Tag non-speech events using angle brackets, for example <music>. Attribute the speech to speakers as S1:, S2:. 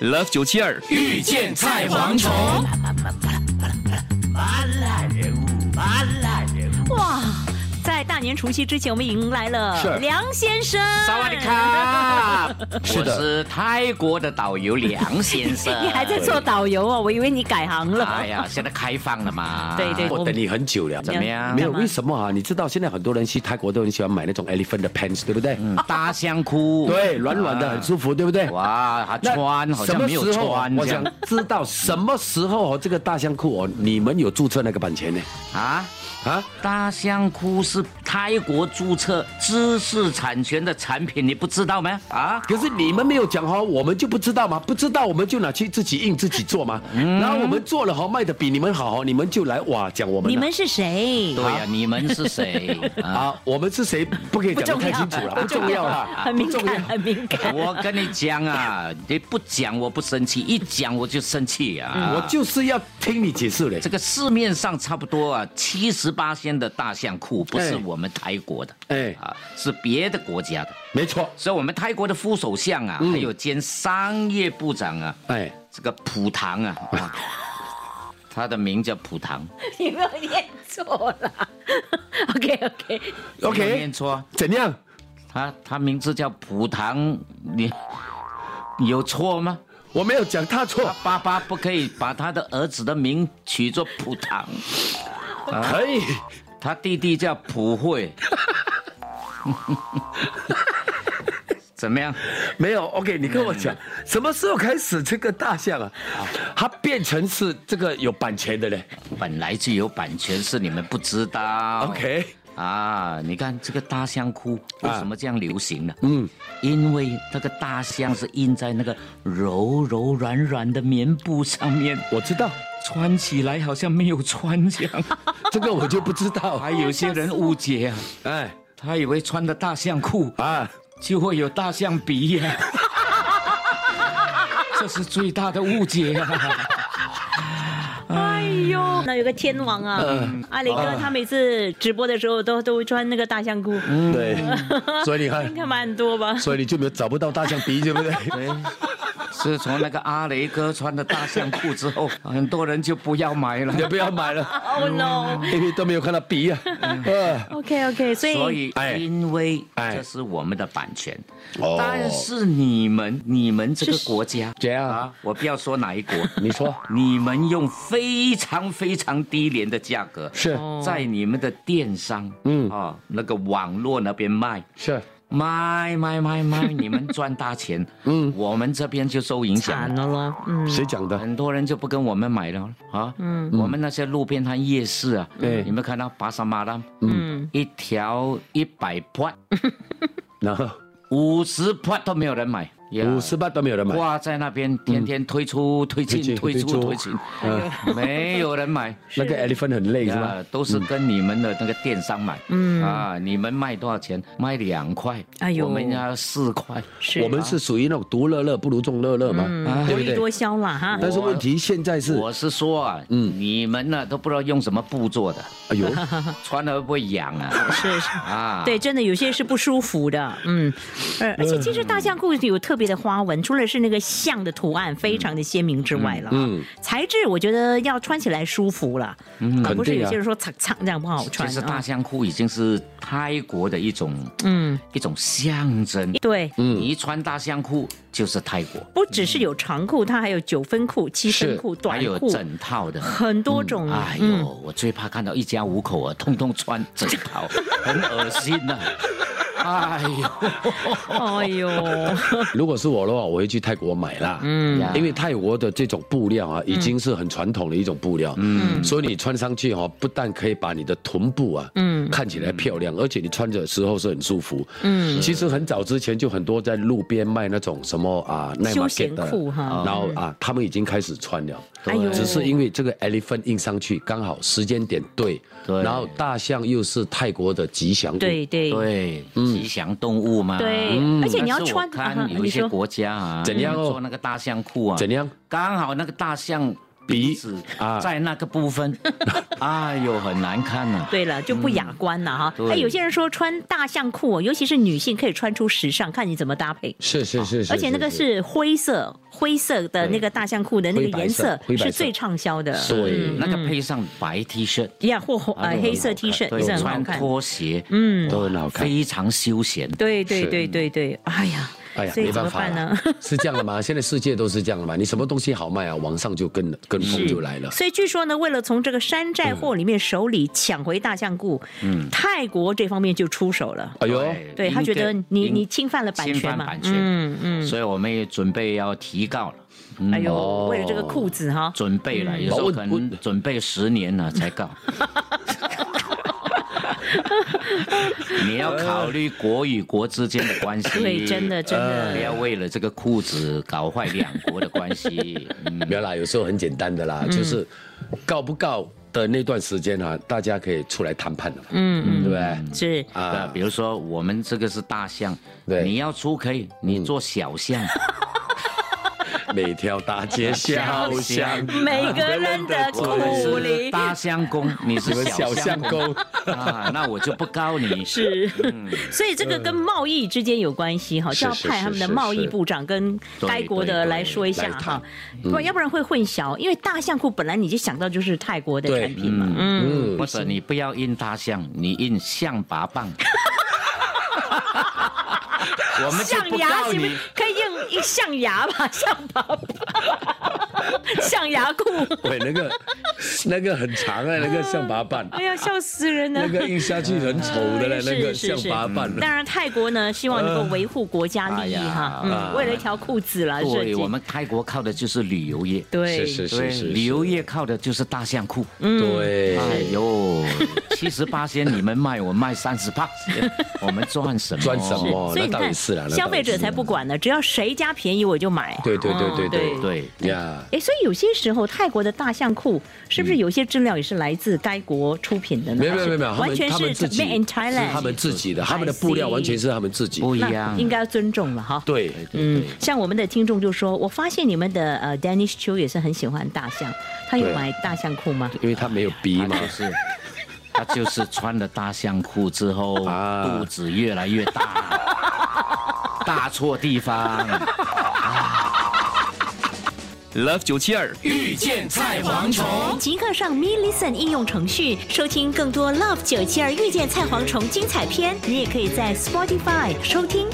S1: Love 九七二
S2: 遇见菜蝗虫。
S3: 哇，在大年除夕之前，我们迎来了
S1: 是
S3: 梁先生。
S2: 萨瓦迪
S4: <laughs>
S2: 卡，
S1: 是
S2: 我
S1: 的
S2: 是泰国的导游梁先生
S3: <laughs> <laughs> 。你还在做导游哦？我以为你改行了。
S4: 啊
S2: 哎呀，现在开放了嘛。
S3: 对对
S2: 我
S3: 我
S2: 等
S3: 们
S2: 你
S4: 你很久了。
S2: 怎么啊样
S4: 没？有，
S3: 干嘛
S4: 为什么啊？你知道现在很多人去泰国都很喜欢买那种 elephant 的 pants，对不对？
S2: 嗯大香菇。啊
S4: 对，软软的，很舒服，对不对？
S2: 哇，他
S4: 那
S2: 穿好
S4: 什
S2: 像
S4: 么
S2: 没有
S4: 时候啊
S2: 穿
S4: 我
S2: 这样
S4: 想知道什么时候哦，这个大香裤哦，你们有注册那个版权呢？
S2: 啊。
S4: 啊？
S2: 大香菇是泰国注册知识产权的产品，你不知道吗？啊？
S4: 可是你们没有讲哈，我们就不知道嘛，不知道我们就拿去自己印自己做嘛。
S2: 嗯
S4: 然后我们做了哈，卖的比你们好哦，你们就来哇讲我们啊。
S3: 你们是谁？
S2: 对呀、你们是
S4: <laughs>
S2: 谁啊？
S4: 啊，我们是谁不可
S3: <laughs>
S4: 以
S3: 不
S4: 讲
S3: 重
S4: 得太
S3: 要，
S4: 清楚了，不重要啊了，
S3: 很敏感，很啊敏感。
S2: 我跟你讲啊，你不讲我不生气，一讲我就生气啊！
S4: 嗯我就是要听你解释嘞
S2: 这。个市面上差不多啊，七十八仙的大象裤不是
S4: 哎
S2: 我们泰国的，
S4: 哎
S2: 啊，是别的国家的。
S4: 没错，
S2: 所以，我们泰国的副首相
S4: 嗯
S2: 啊，还有兼商业部长啊，
S4: 哎，
S2: 这个普唐
S4: <laughs>
S2: 啊，哇他的名叫普唐
S3: 你没有念错了。OK OK，
S2: 有没有
S4: OK
S2: 念错啊，
S4: 怎样？
S2: 他他名字叫普唐，你有错吗？
S4: 我没有讲他错，
S2: 爸爸不可以把他的儿子的名取作普唐，
S4: 可以。
S2: 他弟弟叫普惠。怎么样？
S4: 没有，OK，你跟我讲，什么时候开始这个大象嗯啊，它变成是这个有版权的嘞
S2: 本来就有版权，是你们不知道。
S4: ？OK，啊
S2: 啊，你看这个大象哭为什么这样流行呢？
S4: 嗯，
S2: 因为那个大象是印在那个柔柔软软的棉布上面，
S4: 我知道，
S2: 穿起来好像没有穿这
S4: <laughs>
S2: 样。
S4: 这个我就不知 <laughs> 道。
S2: 还有些人误解啊，
S4: 哎
S2: 他以为穿的大象裤
S4: 啊，
S2: 就会有大象鼻
S4: <laughs>
S2: 呀、这是最大的误解啊！
S3: 哎呦，那有个天王啊，
S4: 嗯
S3: 阿雷哥他每次直播的时候都都会穿那个大象裤，
S4: <laughs> 对，所以你看
S3: 应，该蛮多吧？
S4: 所以你就没有找不到大象鼻，对不对？ <laughs>
S2: 自从那个阿雷哥穿的大象裤之
S4: <laughs>
S2: 后，很多人就不要买了
S4: 你。不要买 <laughs> 了，
S3: Oh no！OK
S4: 因为都没有看到鼻啊。呃
S3: OK，所以
S2: 所以
S4: 哎，
S2: 因为
S4: 哎
S2: 这是我们的版权，
S4: 哦
S2: 但是你们，你们这个国家
S4: 怎样
S2: 啊？我不要说哪一国， <laughs>
S4: 你说
S2: 你们用非常非常低廉的价格，
S4: 是
S2: 在你们的电商，嗯
S4: 嗯
S2: 啊，那个网络那边卖。
S4: 是
S2: 卖卖卖卖，你们赚大钱，嗯，我们这边就受影响
S3: 惨
S2: 了，
S3: 了咯，嗯，
S4: 谁讲的？
S2: 很多人就不跟我们买了啊，嗯，我们那些路边摊夜市啊，
S4: 对
S2: 你们看到巴沙马拉，
S3: 嗯，
S2: 一条一百块，
S4: 然后
S2: 五十块都没有人买，
S4: 五十八都没有人买，
S2: 挂在那边，天天推出推进推
S4: 推进
S2: 出推
S4: 推
S2: 进，没有人买。
S4: 那个 elephant 很累是吧？
S2: 啊，都是跟你们的那个电商买，嗯啊，你们卖多少钱？卖两块，
S3: 哎呦
S2: 我们要四块，
S3: 是
S4: 我们是属于那种独乐乐不如众乐乐嘛，啊对
S3: 多
S4: 不
S3: 利
S4: 对
S3: 多？销啦哈。
S4: 但是问题现在是，
S2: 嗯我是说啊，嗯，你们呢都不知道用什么布做的，
S4: 哎呦，
S2: 穿了会不会痒
S3: <laughs>
S2: 啊？
S3: 是是。
S2: 啊，
S3: 对，真的有些是不舒服 <laughs> 的，嗯，而而且其实大象裤有特别的花纹，除了是那个象的图案非常的鲜明之外了，嗯，材质我觉得要穿起来舒服了，嗯，而不是
S4: 肯定啊
S3: 有些人说착착这样不好穿
S2: 其实大
S3: 啊，
S2: 象裤已经是泰国的一种，
S3: 嗯，
S2: 一种象征。
S3: 对，
S2: 你一穿大象裤就是泰国，
S3: 不只是有长裤，它还有九分裤、七分裤、
S2: 还
S3: 短
S2: 有
S3: 裤，
S2: 整套的。
S3: 很多种啊，
S2: 哎呦，我最怕看到一家五口啊，通通穿整
S3: <laughs>
S2: 套，很恶心呐、哎呦，
S3: 哎呦，
S4: 如果是我的话，我会去泰国买啦。嗯
S2: 呀，
S4: 因为泰国的这种布料啊，已经是很传统的一种布料。嗯，所以你穿上去哈、不但可以把你的臀部啊，嗯，看起来漂亮，而且你穿着时候是很舒服。嗯，其实很早之前就很多在路边卖那种什么啊，耐
S3: 休
S4: 马
S3: 闲
S4: get 的
S3: 裤哈
S4: 然后啊，他们已经开始穿了。
S3: 哎呦
S4: 只是因为这个 elephant 印上去刚好时间点对，
S2: 对
S4: 然后大象又是泰国的吉祥物，
S3: 对对嗯
S2: 对，吉祥动物嘛。嗯
S3: 对而且你要穿
S2: 但是我
S3: 啊
S2: 看有一
S3: 你
S2: 些
S3: 说
S2: 国家啊，
S4: 怎样哦
S2: 做那个大象裤啊，
S4: 怎样？
S2: 刚好那个大象。鼻子
S4: 啊
S2: 在那个部
S4: <laughs>
S2: 分，哎呦很难看啊呐、
S3: 对了，就不雅观
S4: 嗯
S3: 了哈。
S2: 对
S3: 哎，有些人说穿大象裤哦，尤其是女性可以穿出时尚，看你怎么搭配。
S4: 是是是是，
S3: 哦而且那个是灰色，灰色的那个大象裤的那个颜色
S4: 灰白色灰白色
S3: 是最畅销的。
S2: 对，
S4: 嗯
S2: 那个配上白 T 恤。
S3: 呀，或红
S2: 啊
S3: 呃黑色 T 恤
S2: 对
S3: 也是很好
S2: 穿
S3: 看。
S2: 拖鞋，嗯，
S4: 都很好看
S2: 非常休闲。
S3: 对对
S4: 是
S3: 对对对，哎呀，
S4: 哎呀，
S3: 所以
S4: 没
S3: 怎
S4: 办
S3: 么
S4: 法
S3: 办
S4: 啦
S3: 呢？，
S4: <laughs> 是这样的吗？现在世界都是这样的嘛？你什么东西好卖啊，网上就跟跟风就来了。
S3: <laughs> 所以据说呢，为了从这个山寨货里面手里抢回大象裤，
S4: 嗯
S3: 泰国这方面就出手了。
S4: 哎呦，
S3: 对他觉得你你侵犯了版
S2: 侵
S3: 权
S2: 犯
S3: 嘛，
S2: 版权
S3: 嗯嗯，
S2: 所以我们也准备要提告了。嗯
S3: 哎呦，
S4: 哦
S3: 为了这个裤子哈，
S2: 准备了，有时
S4: 我
S2: 候可
S4: 我
S2: 能准备十年了才告。你要考虑国与国之间的关系，
S3: 对，真的真
S2: 不
S3: 的，
S2: 要为了这个裤子搞坏两国的关系。嗯，
S4: 没有啦，有时候很简单的啦，
S3: 嗯
S4: 就是告不告的那段时间啊，大家可以出来谈判了嘛，
S3: 嗯
S4: 对
S3: 嗯，
S4: 不对？
S3: 是
S2: 啊，比如说我们这个是大象，
S4: 对
S2: 你要出可以，你做小象，
S4: 每条
S3: <laughs>
S4: 大街小巷，
S3: 每个人的
S2: 我们
S3: 裤
S2: 是
S3: 里
S2: 大象公，你
S4: 你
S2: 是
S4: 们小
S2: 小
S4: 巷
S2: 象公
S4: 沟，
S2: 啊，那我就不告你。
S3: 是，所以这个跟贸易之间有关系哈，就要
S4: 是是
S3: 派他们的贸易部长跟该国的来说一下
S4: 对对对嗯
S3: 哈，不然要不然会混淆，因为大象裤本来你就想到就是泰国的产品嘛，嗯，
S4: 嗯，
S2: 或者你不要印大象，你印象拔棒。我们就
S3: 象
S2: 不
S3: 牙
S2: 告
S3: 行不行
S2: 你，？
S3: 可以用一象牙吧，象拔拔，象牙裤，
S4: <laughs> 喂，那个那个很长啊，那个象
S3: <laughs>
S4: 拔瓣，
S3: <laughs> 哎呀，笑死人了
S4: 那。个印下去很丑的嘞
S3: 哎，
S4: 那
S3: <laughs> 是
S4: 个
S3: 是嗯
S4: 象拔瓣。
S3: 当然，泰国呢希望能够维护国家利益
S2: 哎呀
S3: 哈，
S4: 啊
S3: 嗯，为了一条裤子来设计
S2: 对，我，们泰国靠的就是旅游业，
S3: 对，
S4: 是是
S2: 对
S4: 是是，
S2: 旅游业靠的就是大象裤。
S4: 对，
S2: 哎呦，七十八仙你们卖，我卖三十
S4: <laughs>
S2: 八仙，我们赚什么？
S4: 赚什么哦
S3: 所以
S4: 那
S3: 你
S4: 当
S3: 看，
S4: 然是啦那
S3: 消费
S4: 当然
S3: 者
S4: 是
S3: 才
S4: 啦
S3: 不管呢，只要谁家便宜我就买。哦
S4: 对对对对
S3: 对
S2: 对，
S4: 呀，
S3: 哎，所以有些时候泰国的大象裤是不是有些质量也是来自该国出品的呢？
S4: 没有没有没有没有，他
S3: 完
S4: 们
S3: 全
S4: 他
S3: 是
S4: 们自己
S3: made in
S4: 是
S3: Thailand，
S4: 他们自己的，他们的
S3: I
S4: 布料
S3: see
S4: 完全是他们自己。啊
S2: 不一
S3: 那
S2: 样。
S3: 应该要尊重了哈。
S4: 对，
S3: 嗯，像我们的听众就说，我发现你们的呃 Danish Chu 也是很喜欢大象，他有
S4: 对
S3: 买大象裤吗？
S4: 因为他没有鼻
S2: 他
S3: <laughs>
S4: 嘛
S2: 就，是他就是穿了大象裤之后，
S4: 啊
S2: 肚子越来越大，
S4: <laughs>
S2: 大错地方。
S1: Love 九七二遇见菜蝗虫。
S3: 即刻上 Me Listen 应用程序收听更多 Love 九七二遇见菜蝗虫精彩片，你也可以在 Spotify 收听